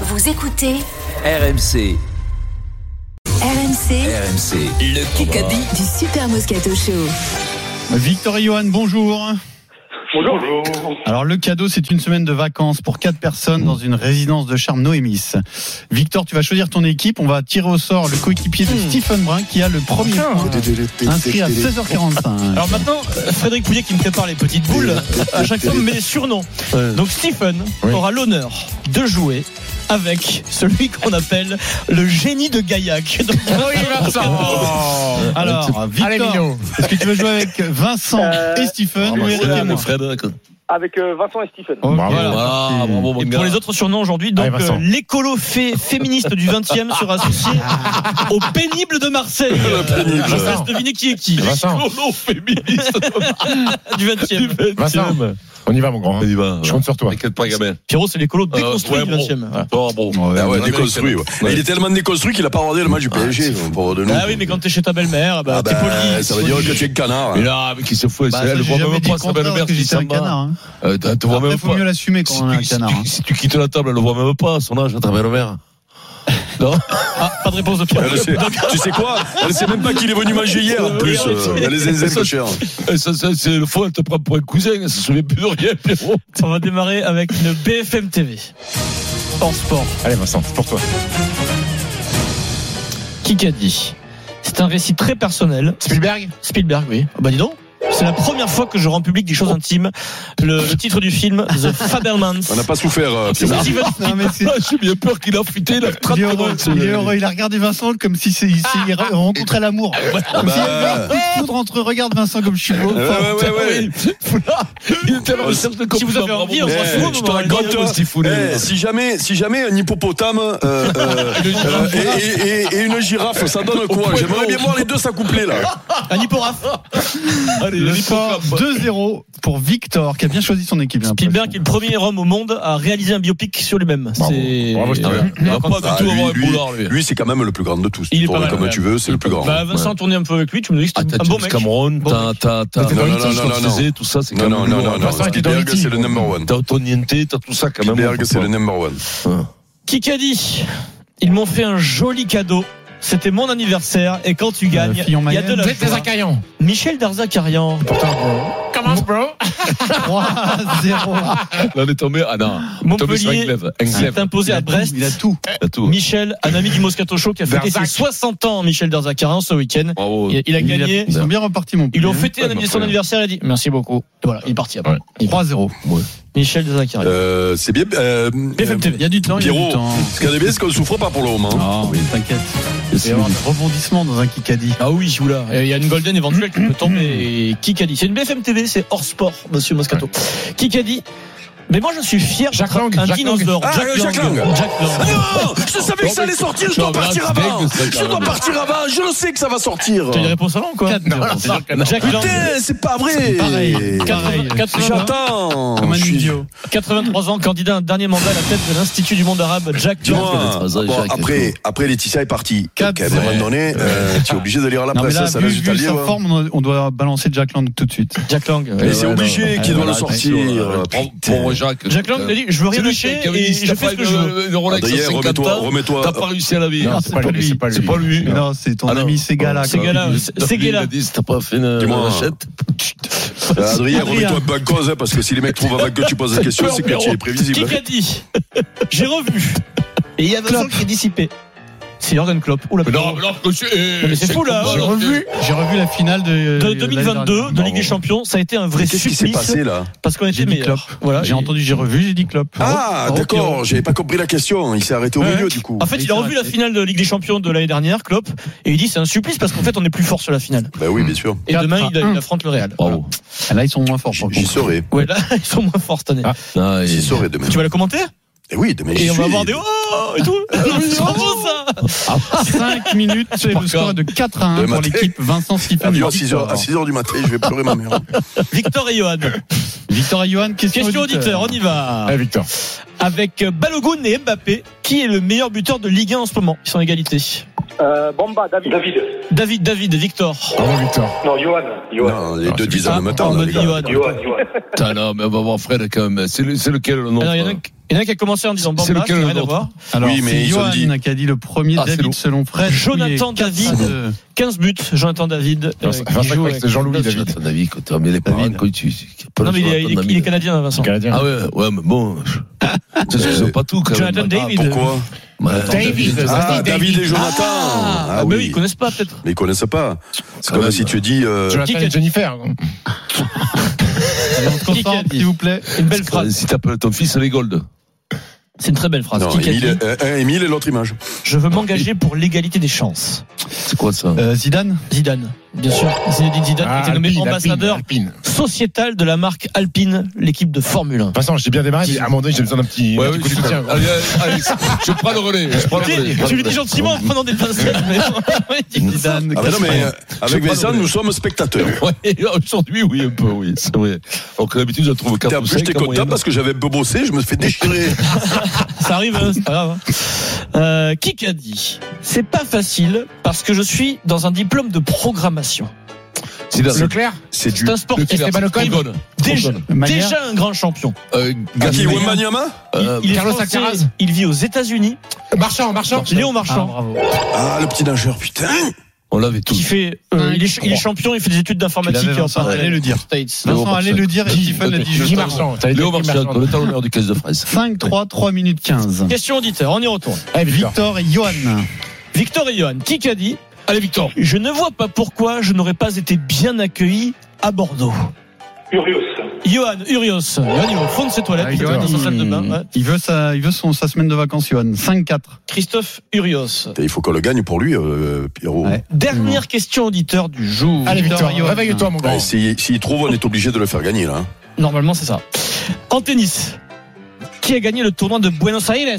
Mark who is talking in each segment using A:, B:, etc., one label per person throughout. A: Vous écoutez
B: RMC,
A: RMC
B: RMC, le
C: Ah,
B: Kikadi.
A: du Super Moscato Show.
D: Victor et Johan, bonjour.
E: Bonjour.
D: Alors le cadeau, c'est une semaine de vacances pour quatre personnes dans une résidence de charme Noémis. Victor, tu vas choisir ton équipe. On va tirer au sort le coéquipier
F: Hmm.
D: de Stephen Brun qui a le premier point inscrit à 16h45.
G: Alors maintenant, euh, Frédéric Pouillet qui me prépare les petites boules, à chaque fois me met des surnoms. Donc Stephen aura l'honneur de jouer avec celui qu'on appelle le génie de Gaillac. Donc,
C: Oh,
D: Alors Victor, est-ce que tu veux jouer avec Vincent
E: Euh,
D: et
F: Ah,
D: Stephen
F: bah,
D: ou Eric et moi
E: Avec euh, Vincent et Stephen.
D: Ok,
G: voilà.
D: parti.
G: Et pour les autres surnoms aujourd'hui, donc
C: Ah,
G: euh, l'écolo fé- féministe du 20e sera associé au pénible de Marseille.
C: pénible.
G: Je laisse deviner qui est qui.
C: Vincent.
G: L'écolo féministe du 20e.
C: Vincent, on y va, mon grand. hein.
F: On y va.
C: Je compte sur toi.
F: T'inquiète pas, gamin.
G: Pierrot, c'est l'écolo déconstruit
F: ouais,
G: du
F: bon.
G: 20e. voilà.
F: Oh, bon.
D: Ouais,
C: Ah ouais,
F: Non, mais
C: déconstruit,
F: quel-
C: ouais. Mais
F: Ouais.
C: Il est tellement déconstruit qu'il a pas regardé le match du PSG. pour de nous.
G: Ah oui, mais quand t'es chez ta belle-mère, bah,
C: Ah
G: t'es
C: ben,
G: poli.
C: ça veut dire que tu es le canard.
F: Mais
C: hein.
F: là, mais qui se fout,
D: Bah,
F: elle
D: ça,
F: ne
D: j'ai
F: voit
D: jamais
F: même
D: dit
F: pas sa
D: contraire,
F: belle-mère
D: parce que
F: qui
D: j'étais
F: s'en
D: un canard.
F: bat.
D: hein.
F: Euh, Elle te voit
D: Après,
F: même
D: faut
F: pas.
D: mieux l'assumer quand
F: Si
D: on est un
F: tu- si
D: canard.
F: tu-
D: hein.
F: Si tu quittes la table, elle le voit même pas, à son âge, à ta belle-mère. Non
G: Ah, pas de réponse de Pierrot.
C: Elle sait- tu sais quoi Elle sait même pas qu'il est venu manger hier en plus. euh, Elle est zinzin, le cher.
F: Eh, ça, ça, C'est le faux, elle te prend pour un cousin, elle se souvient plus de rien, Pierrot.
G: On va démarrer avec une BFM TV. En sport,
C: Allez Vincent, c'est pour toi.
G: Kikadi. C'est un récit très personnel. Spielberg Spielberg, oui. Ah Bah dis donc. C'est la première fois que je rends public des choses intimes. Le, le titre du film, The Fabermans.
C: On n'a pas souffert, euh, Pierrot.
D: Non, mais c'est-
F: Ah, J'ai bien peur qu'il a fuité la
D: Il
F: trappe
D: est
F: de
D: heureux, il est heureux. Il a regardé Vincent comme si c'est, il s'est
G: Ah.
D: rencontré à l'amour. Comme s'il y
G: bah,
D: avait un coup de foudre entre regarde Vincent comme je suis beau.
G: Ah,
C: Ouais, ouais, ouais, ouais.
F: Il était à la
C: Oh,
F: recherche de
G: si vous avez envie, on
C: Eh,
G: se retrouve.
C: je
G: on
C: te
G: va
C: raconte,
G: aller-
C: toi. Eh, si jamais, si jamais un hippopotame euh, euh, euh, et, et- et- et une girafe, ça donne quoi J'aimerais bien voir les deux s'accoupler là.
G: Un hipporaf.
F: Allez,
D: Le
F: il est
D: score 2-0 pour Victor qui a bien choisi son équipe. j'ai
G: Spielberg est
D: l'impression.
G: le premier homme au monde à réaliser un biopic sur lui-même. C'est-
F: Bravo, Spielberg.
G: Il
F: Il
G: a
F: va pas
C: Ah,
F: du tout
C: lui,
F: avoir un
C: lui,
F: boulard, lui.
C: Lui, c'est quand même le plus grand de tous.
G: Il est
C: Tu
G: pas mal,
C: comme
G: ouais.
C: tu veux, c'est le plus grand.
G: Bah, Vincent a tourné un peu avec lui, tu me dis que
F: Ah,
G: c'est
F: t'as
G: un bon
F: James
G: mec.
F: Cameron,
G: Bon
F: t'as,
G: mec.
F: t'as, t'as,
C: Non, non,
F: Martin
C: non, non, non.
F: Scorsese, tout ça, c'est quand
C: Non, non,
F: même
C: non, non,
F: lourd.
C: non. Spielberg, c'est le number one.
F: T'as Otoniente, t'as tout ça quand même.
C: Spielberg, c'est le number one.
G: Kikadi, ils m'ont fait un joli cadeau. C'était mon anniversaire et quand tu gagnes, il y
D: Fillon
G: a
D: Mayenne.
G: de la joie. Michel Darzacarian.
D: 3-0.
F: Là, on est tombé, ah non. Tombé sur
G: Montpellier
F: Englev.
G: s'est
F: Englev.
G: imposé à Brest.
D: Il a tout.
F: T'as tout.
G: Michel, un ami du Moscato Show qui a fêté ses 60 ans, Michel Darzacarian, ce week-end.
F: Bravo.
G: Il il a gagné.
D: Ils sont bien repartis, mon
G: Ils l'ont
D: poulet.
G: fêté un- son anniversaire et a dit merci beaucoup. Et voilà, il est parti après.
F: Ouais.
D: 3-0.
G: Michel Darzacarian.
C: Euh, c'est bien. euh,
G: BFM TV.
D: Il y a du temps, il y a
C: Pierrot.
D: du temps. Ah.
C: Ce qu'il y a de bien, c'est qu'on ne souffre pas pour le moment. hein.
D: Non, mais t'inquiète.
F: Et
D: Il va y
F: c'est-
D: avoir un rebondissement dans un Kikadi.
G: Ah oui, oula. Et Il y a une golden éventuelle qui peut tomber. Et Kikadi. C'est une BFM TV, c'est hors sport, monsieur Moscato. Kikadi. Mais moi, je suis fier d'être
F: Lang,
G: un
F: Jack
G: dinosaure.
C: Ah, euh, Jack Lang.
G: Jack Lang.
C: Ah non Je savais que ça allait sortir, je dois partir avant Je dois partir avant, je le sais que ça va sortir
G: T'as des réponses avant ou quoi Jack Lang.
C: Putain, c'est pas vrai
D: Pareil, pareil.
G: 80, 80,
C: J'attends
D: Comme un
C: Je suis-
D: idiot.
G: 83 ans, candidat à un dernier mandat à la tête de l'Institut du monde arabe, Jack Lang.
C: Dis-moi, bon, après, après Laetitia est partie. Donc,
D: Quatre,
C: à un moment donné, euh, tu es obligé de lire la
D: Non, mais
C: presse,
D: là,
C: ça
D: vu,
C: laisse du
D: vu
C: talier.
D: sa
C: ouais.
D: forme, euh, on- on doit balancer Jack Lang tout de suite.
G: Jack Lang.
C: hein. Mais c'est obligé qu'il doit le sortir.
F: Pauvre Jacques.
G: Jack Lang, il a dit, je veux rien
F: C'est le
G: lâcher
F: chien qui avait
G: et
F: dit, si
G: je
F: t'as
G: fais
F: pas
G: ce que je veux.
F: une- une Rolex à
C: D'ailleurs,
F: 50
C: remets-toi,
F: ans,
C: remets-toi.
F: t'as pas réussi à la vie.
D: Non, c'est pas lui, c'est pas lui.
F: C'est pas lui.
D: Non, c'est ton
F: Ah non.
D: ami Segala. quoi.
G: Segala, c'est- c'est Guéla.
F: Il a dit, si t'as pas fait une
C: Dis-moi.
F: lâchette.
C: Euh, Adrien,
D: Adrien.
C: remets-toi back cause, hein, parce que si les mecs trouvent un back que tu poses la question, c'est que tu es prévisible.
G: Qui a dit J'ai revu. Et il y a Vincent qui est dissipé. C'est Jordan Klopp. Ouh la
F: Mais non,
G: pauvre.
F: mais non, monsieur, eh,
G: Mais c'est fou, là,
F: con,
G: hein.
D: J'ai
F: alors,
D: revu, j'ai revu la finale de, euh,
G: de
D: l'année dernière.
G: 2022 de Ligue des Champions, ça a été un vrai
C: Qu'est-ce qui s'est
G: supplice
C: passé là
G: parce qu'on
D: J'ai
G: était
D: dit
G: meilleurs.
D: Klopp.
G: hein. Voilà,
D: j'ai
G: et-
D: entendu, j'ai revu, j'ai dit Klopp. Oh,
C: Ah,
D: Bravo, Pierrot.
C: d'accord, j'avais pas compris la question. Il s'est arrêté au
G: Ouais. Ah.
C: milieu, du coup.
G: En fait, il a revu la finale de Ligue des Champions de l'année dernière, Klopp, et il dit c'est un supplice parce qu'en fait on est plus fort sur la finale.
C: Bah oui, bien sûr.
G: Et
D: Quatre
G: demain
D: à
G: il,
D: un.
G: il affronte le Real.
F: Bravo.
D: Ah, Là, ils sont moins forts, par
C: J'y
D: contre.
C: serai.
G: Ouais, là ils sont moins forts cette année.
F: Non, il-
C: J'y serai demain.
G: Tu vas le commenter
C: Et oui, demain, j'y
G: Et on va
C: suis.
G: avoir des oh et tout. Non, c'est trop beau, ça.
D: 5 minutes, le
F: Parker.
D: score est de 4 à 1
C: Demain
D: pour
C: matin.
D: l'équipe Vincent
C: Ah, À
D: Stephen.
C: 6h, à 6h du matin, je vais pleurer ma
G: Ah,
C: mère.
G: Victor et Johan.
D: Victor et Johan, question,
G: Question auditeur, on y va.
F: Ah, Victor.
G: Avec Balogun et Mbappé, qui est le meilleur buteur de Ligue 1 en ce moment Ils sont à égalité.
E: Euh, Bamba, David. David.
G: David, David, Victor.
F: Bravo, Victor.
E: Non, Johan.
C: Non, les deux disent en
G: Ah,
C: même temps,
G: on
C: là,
G: m'a
C: les
G: dit
C: gars.
G: Johan.
E: Johan, Johan.
F: Putain, non, mais on va voir Fred quand même. C'est le- c'est lequel le nom
G: Alors, il y en a un qui- Il y en a un qui a commencé en disant
H: C'est
G: Bamba,
H: lequel,
G: c'est
H: le
G: rien à
H: vôtre
G: voir.
D: Alors,
C: Oui, mais
D: c'est
C: ils
D: Johan
C: ont dit-
D: qui a dit le premier,
H: Ah, c'est
D: David
H: lourd.
D: selon Fred.
G: Jonathan
D: Couillet,
G: David.
D: 4-2.
G: 15 buts, Jonathan David. euh,
H: Enfin,
G: qui
H: chaque
G: joue
H: fois,
G: avec
H: c'est Jean-Louis,
G: David.
H: David.
F: Jonathan David, quand tu remets les parents,
D: David.
F: quand tu. tu- pas
G: Non, mais
F: le
G: il est,
F: Jonathan
G: il est- il est
F: David.
G: canadien, Vincent.
H: Canadien.
F: Ah ouais, ouais, mais bon. je- Tu sais, c'est pas tout quand même.
G: Jonathan David.
C: Pourquoi
F: Bah, attends,
I: David.
C: Ah, David et Jonathan
G: Ah,
C: Ah
G: mais oui, Ah, ils connaissent pas peut-être.
C: Mais ils connaissent pas. C'est
F: Quand
C: comme
F: même.
C: si tu dis. euh,
H: Jonathan
G: Qui-
H: et Jennifer.
D: Allez, on se
G: Qui a
D: concentre,
G: dit
D: s'il vous plaît.
G: Une belle
F: Quand-
G: phrase.
F: Si t'appelles ton fils les Gold.
G: C'est une très belle phrase.
C: Non,
G: Qui a dit,
C: Émile, euh, un Émile et l'autre image.
G: Je veux m'engager pour l'égalité des chances.
F: C'est quoi ça
D: Euh, Zidane
G: Zidane, bien sûr. Zinedine Zidane qui a été nommé
H: Ah, Alpine,
G: ambassadeur
H: Alpine, Alpine.
G: sociétal de la marque Alpine, l'équipe de Formule 1.
H: Vincent, j'ai bien démarré, mais à un moment donné, j'ai besoin d'un petit,
F: Ouais,
H: d'un
F: oui,
H: petit
F: Ah,
H: coup de
F: je-
H: soutien. quoi.
F: allez, allez, je prends le relais. Je prends le relais.
G: Tu lui dis gentiment en prenant des pincettes, mais
D: Zidane,
C: Ah, ben non, mais euh, avec
F: pas
C: Vincent,
F: donné.
C: nous sommes spectateurs.
F: Ouais, aujourd'hui, oui, un peu, oui, c'est vrai. Alors que d'habitude, je trouve 4
C: T'es- En
F: ou
C: plus,
F: 5
C: j'étais content parce que j'avais peu bossé, je me fais déchirer.
G: ça arrive, hein, c'est pas grave. hein. Euh, qui a dit C'est pas facile parce que je suis dans un diplôme de programmation.
H: Leclerc
C: C'est du.
G: C'est un sportif
H: Esteban Ocon
G: déjà,
D: Manière.
G: déjà un grand champion.
F: Euh,
C: Ah, Qui
F: Gatti, ouais,
C: Wembanyama
F: euh,
G: Il est
H: Carlos
G: français,
H: Alcaraz.
G: Il vit aux États-Unis.
H: Marchand, Marchand.
G: Léon
D: Ah,
G: Marchand.
D: bravo.
C: Ah, le petit nageur, putain.
F: on l'avait tous.
G: qui fait, euh, il, est, il est champion, il fait des études
D: Tu
G: d'informatique. hein,
D: l'avais,
G: et en
D: Vincent,
G: parallèle.
D: allez le dire.
G: States.
F: Léo
D: Vincent, allez
F: Marchand.
D: le dire et
F: Guy,
D: Stephen l'a dit
F: Guy
D: juste
H: Guy
D: avant.
H: Marchand. t'avais dit
F: Léo
H: Guy
F: Marchand, le talonneur du 15 de France.
D: 5, 3, 3 minutes 15.
G: Question auditeur, on y retourne.
H: Eh, Victor.
D: Victor et Johan.
G: Victor et Johan, qui a dit Allez Victor Je ne vois pas pourquoi je n'aurais pas été bien accueilli à Bordeaux.
E: Curious.
G: Johan Urios, Johan il est au fond de ses toilettes,
D: Ah, Johan,
G: dans sa salle de bain. hein. ouais.
D: il veut, sa, il veut son, sa semaine de vacances, Johan. 5-4.
G: Christophe Urios.
C: Il faut qu'on le gagne pour lui, euh, Pierrot.
D: Ouais.
G: Dernière question auditeur du jour.
H: Allez, Victor,
D: Victor,
H: réveille-toi, mon grand.
C: Ouais, S'il s'il trouve, on est obligé de le faire gagner, là. hein.
G: Normalement c'est ça. En tennis, qui a gagné le tournoi de Buenos Aires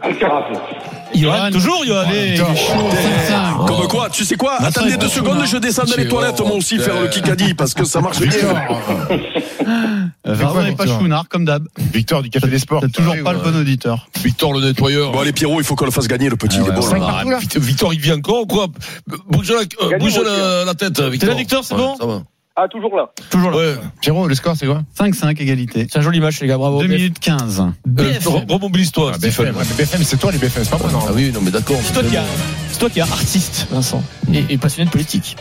E: Alcaraz.
G: Johan,
D: Johan.
G: toujours Johan.
D: Allez, il est chaud. 5-5.
F: Oh.
C: Comme quoi, tu sais quoi
D: Vincent,
C: Attendez
D: il
C: deux
D: prend
C: secondes, je descends dans les
F: C'est-
C: toilettes, moi
F: oh,
C: aussi, faire le
F: putain.
C: Kikadi, parce que ça marche
H: Victor.
C: bien.
D: Euh,
H: C'est quoi,
D: Vincent n'est pas
H: Victor
D: chouinard, comme d'hab.
H: Victor du Café des Sports.
D: T'as toujours pas le
F: ouais.
D: bon auditeur.
F: Victor le nettoyeur.
C: Bon, allez, Pierrot, il faut qu'on le fasse gagner, le petit. il est bon,
H: cinq
C: là.
H: partout, là.
F: Victor- Ah, Victor, il vient encore ou quoi Bouge, la, euh,
E: Gagné,
F: bouge
E: mon
F: la, la tête, Victor.
G: là, Victor, c'est
F: Ouais,
G: bon
F: Ça va.
E: Ah, toujours là.
G: Toujours là.
F: Ouais. Euh,
H: Pierrot, le score, c'est quoi
D: 5-5, égalité.
G: C'est un joli match les gars, bravo.
D: 2 minutes 15.
F: Euh,
G: BFM.
F: re- Remobilise-toi,
H: Ah,
F: Stéphane.
H: BFM. ouais, mais BFM, c'est toi, les BFM, c'est pas moi, non.
F: Ah oui, non, mais d'accord.
G: C'est toi qui as- c'est toi qui es artiste, Vincent, et, et passionné de politique.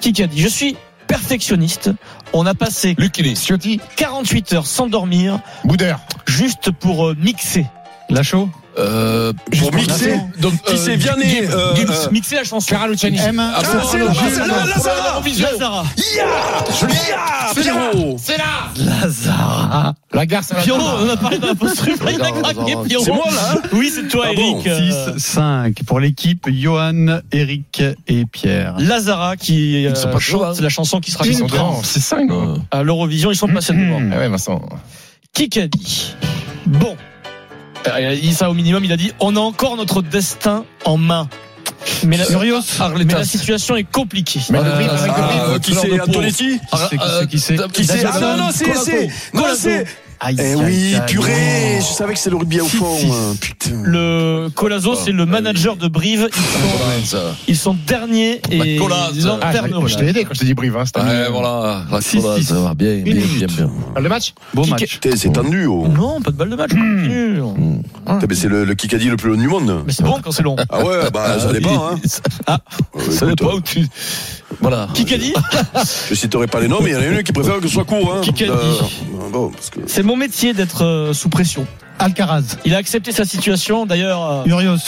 G: Qui qui a dit Je suis perfectionniste. On a passé
F: Luc, il est.
H: Ciotti,
G: 48 heures sans dormir,
H: Boudère.
G: juste pour euh, mixer.
D: Lachaud
F: Euh,
C: Pour mixer.
F: donc,
C: Qui
F: euh,
C: s'est Vianney euh,
G: Gims,
C: euh,
G: mixer la chanson.
H: Clara Luciani.
D: M.
F: Ah, bon,
C: c'est
F: alors,
C: là,
F: je-
C: c'est là, là, ça va.
G: Lazara.
C: Ah, Pierrot
D: Lazara.
H: La gare, c'est
G: Pierrot, on en a parlé dans la post-revue, il a craqué, Pierrot.
C: C'est moi, là hein
G: Oui, c'est toi,
C: Ah bon
G: Eric. euh,
D: 6-5 pour l'équipe Johan, Eric et Pierre.
G: Lazara qui euh,
F: sont pas chauds, hein.
G: chante la chanson qui sera
H: Ils sont
G: chantée
H: devant. C'est 5.
F: Euh,
G: à l'Eurovision, ils sont passés devant.
H: Ah ouais, Vincent.
G: Qui a dit Bon, Euh, il a dit ça au minimum, il a dit On a encore notre destin en main. Mais la,
D: Curios
G: mais la situation est compliquée.
H: Mais le
F: Ah,
H: prix,
F: ça-
H: avec le prix.
C: Ah, euh, Qui c'est Antonetti
F: Ah,
D: Qui c'est, qui
F: euh,
D: c'est, qui c'est
F: euh,
C: Qui c'est Ah non,
F: Jackson,
C: non, c'est.
F: Colasso.
C: c'est- Non,
G: Colasso.
C: c'est.
D: Aïe,
C: Eh
D: aïe,
C: oui,
D: aïe.
C: purée, je savais que c'est le rugby au
D: Six,
C: fond.
D: six.
F: hein.
C: euh, Putain.
G: Le Colazo, c'est le manager de Brive. Ils sont,
F: ça.
G: ils sont derniers et
F: La Oh. Colazo.
H: Ah,
G: lanternes
H: je je t'ai aidé quand je t'ai dit Brive. Hein, c'était
F: Ouais,
H: mieux.
F: voilà, la
D: Six,
F: Colasso,
D: six.
F: ça va bien, bien, bien,
D: minute.
F: bien.
H: Ah, Le match
D: Beau
G: Qui-
D: match.
C: Putain, c'est tendu.
F: Hum.
C: oh.
G: Non, pas de balle de match. continue.
C: Putain, mais C'est le, le Kikadi le plus long du monde.
G: Mais c'est bon quand c'est long.
C: Ah ouais, bah ça
F: Ah,
C: dépend. Hein.
F: oui.
C: Euh,
F: Ça
C: écoute,
F: dépend où tu. Voilà.
G: Qui a dit
C: Je citerai pas les noms, mais il y en a une qui préfère que ce soit court. Hein.
G: Kikadi.
C: Euh, bon, parce que...
G: C'est mon métier d'être euh, sous pression.
D: Alcaraz.
G: Il a accepté sa situation. D'ailleurs, euh,
D: Urios.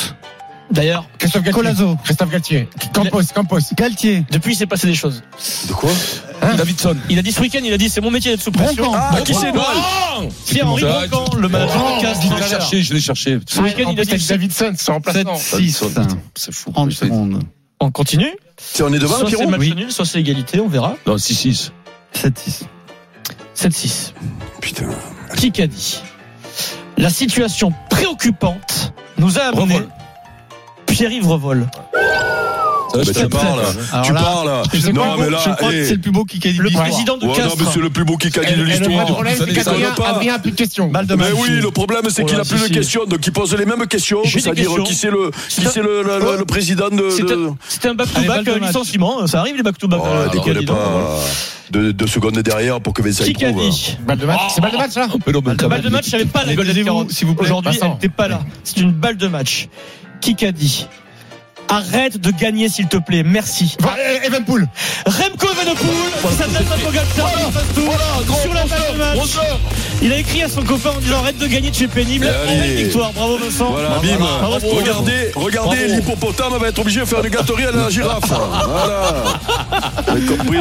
G: d'ailleurs,
H: Christophe Galtier.
D: Colazo.
H: Christophe Galtier. Campos, Campos.
D: Galtier.
G: depuis, il s'est passé des choses. Hein
C: De quoi
F: Davidson.
G: Il a dit ce week-end, il a dit c'est mon métier d'être sous pression.
D: Broncan.
C: Ah, qui c'est
G: Pierre-Henri
F: Ah, tu-
G: Broncan, le manager de Casse.
F: Je l'ai cherché, je l'ai cherché.
G: Ce week-end,
H: En
G: il
H: plus,
G: a dit
H: avec Davidson, c'est remplaçant.
D: 7-6.
F: C'est fou.
D: 30 secondes.
G: on continue.
C: Tiens, On est devant,
G: Soit c'est
C: Pierrot
G: match
D: Oui.
G: nul, soit c'est égalité, on verra.
F: Non, 6-6.
D: 7-6.
G: 7-6.
C: Putain.
G: Qui a dit La situation préoccupante nous a amené
F: Revol.
G: Pierre-Yves Revol.
F: Ça Ah, bah, tu parles.
D: Alors
F: Tu
D: là,
F: parles.
D: Je sais
F: Non,
D: pas,
F: mais là,
D: je crois
F: eh.
D: que c'est le plus beau Kikadi
G: Le
D: de l'histoire.
G: président de
F: Ouais, non, mais
G: Castres.
F: c'est le plus beau qui
H: Et
F: gagne de
H: le
F: l'histoire.
H: vrai problème,
F: Ça
H: c'est Ah,
F: n'existe
H: qu'Adrien
F: pas.
H: Adrien a plus de questions.
D: Balle de
F: Mais
D: match.
F: oui, le problème, c'est qu'il a
G: Oh si,
F: plus
G: si.
F: de questions, donc il pose les mêmes questions.
G: J'ai des
F: C'est-à-dire,
G: questions.
F: qui c'est le,
G: C'est
F: qui
G: un-
F: c'est le, le- le- le président de.
G: C'est
F: de-
G: un- C'est un
D: Allez,
G: back-to-back euh,
D: balle de match.
G: licenciement. Ça arrive, les back-to-back.
F: Oh,
G: euh, des
F: déconnez
G: candidats. Voilà.
F: pas. hein. Deux, deux secondes derrière pour que Vincent y prouve. hein.
G: Kikadi.
H: Balle de match. C'est balle de match, là
J: Mais non, mais
G: La balle de match, j'avais pas la
D: Mais
G: Golden
D: taisez-vous,
G: 40.
D: s'il vous plaît.
G: Aujourd'hui, elle
H: Vincent.
G: n'était pas là. C'est une balle de match. Kikadi. Arrête de gagner, s'il te plaît. Merci.
H: Va- eh, Evenpool.
G: Remco Evenepoel, ça donne pas trop sur la balle de match. Il a écrit à son copain en disant arrête de gagner, tu es pénible.
F: Allez.
G: Belle victoire, bravo Vincent.
F: Voilà, bim.
G: Bravo, bravo.
F: Regardez, regardez, l'hippopotame va être obligé de faire une gâterie à la girafe. Voilà. Vous avez compris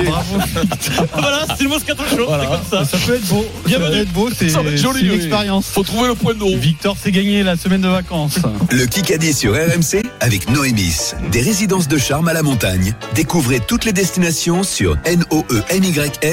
G: Voilà, c'est le Moscato Show, c'est comme ça.
D: Ça peut être beau. Ça
G: Bienvenue.
D: peut être beau, c'est
J: Ça va être joli,
D: c'est une
J: oui.
D: expérience.
J: Faut trouver le point d'eau.
D: Victor s'est gagné la semaine de vacances.
C: Le Kikadi sur RMC avec Noémis. Des résidences de charme à la E montagne. Découvrez toutes les destinations sur noemys.fr.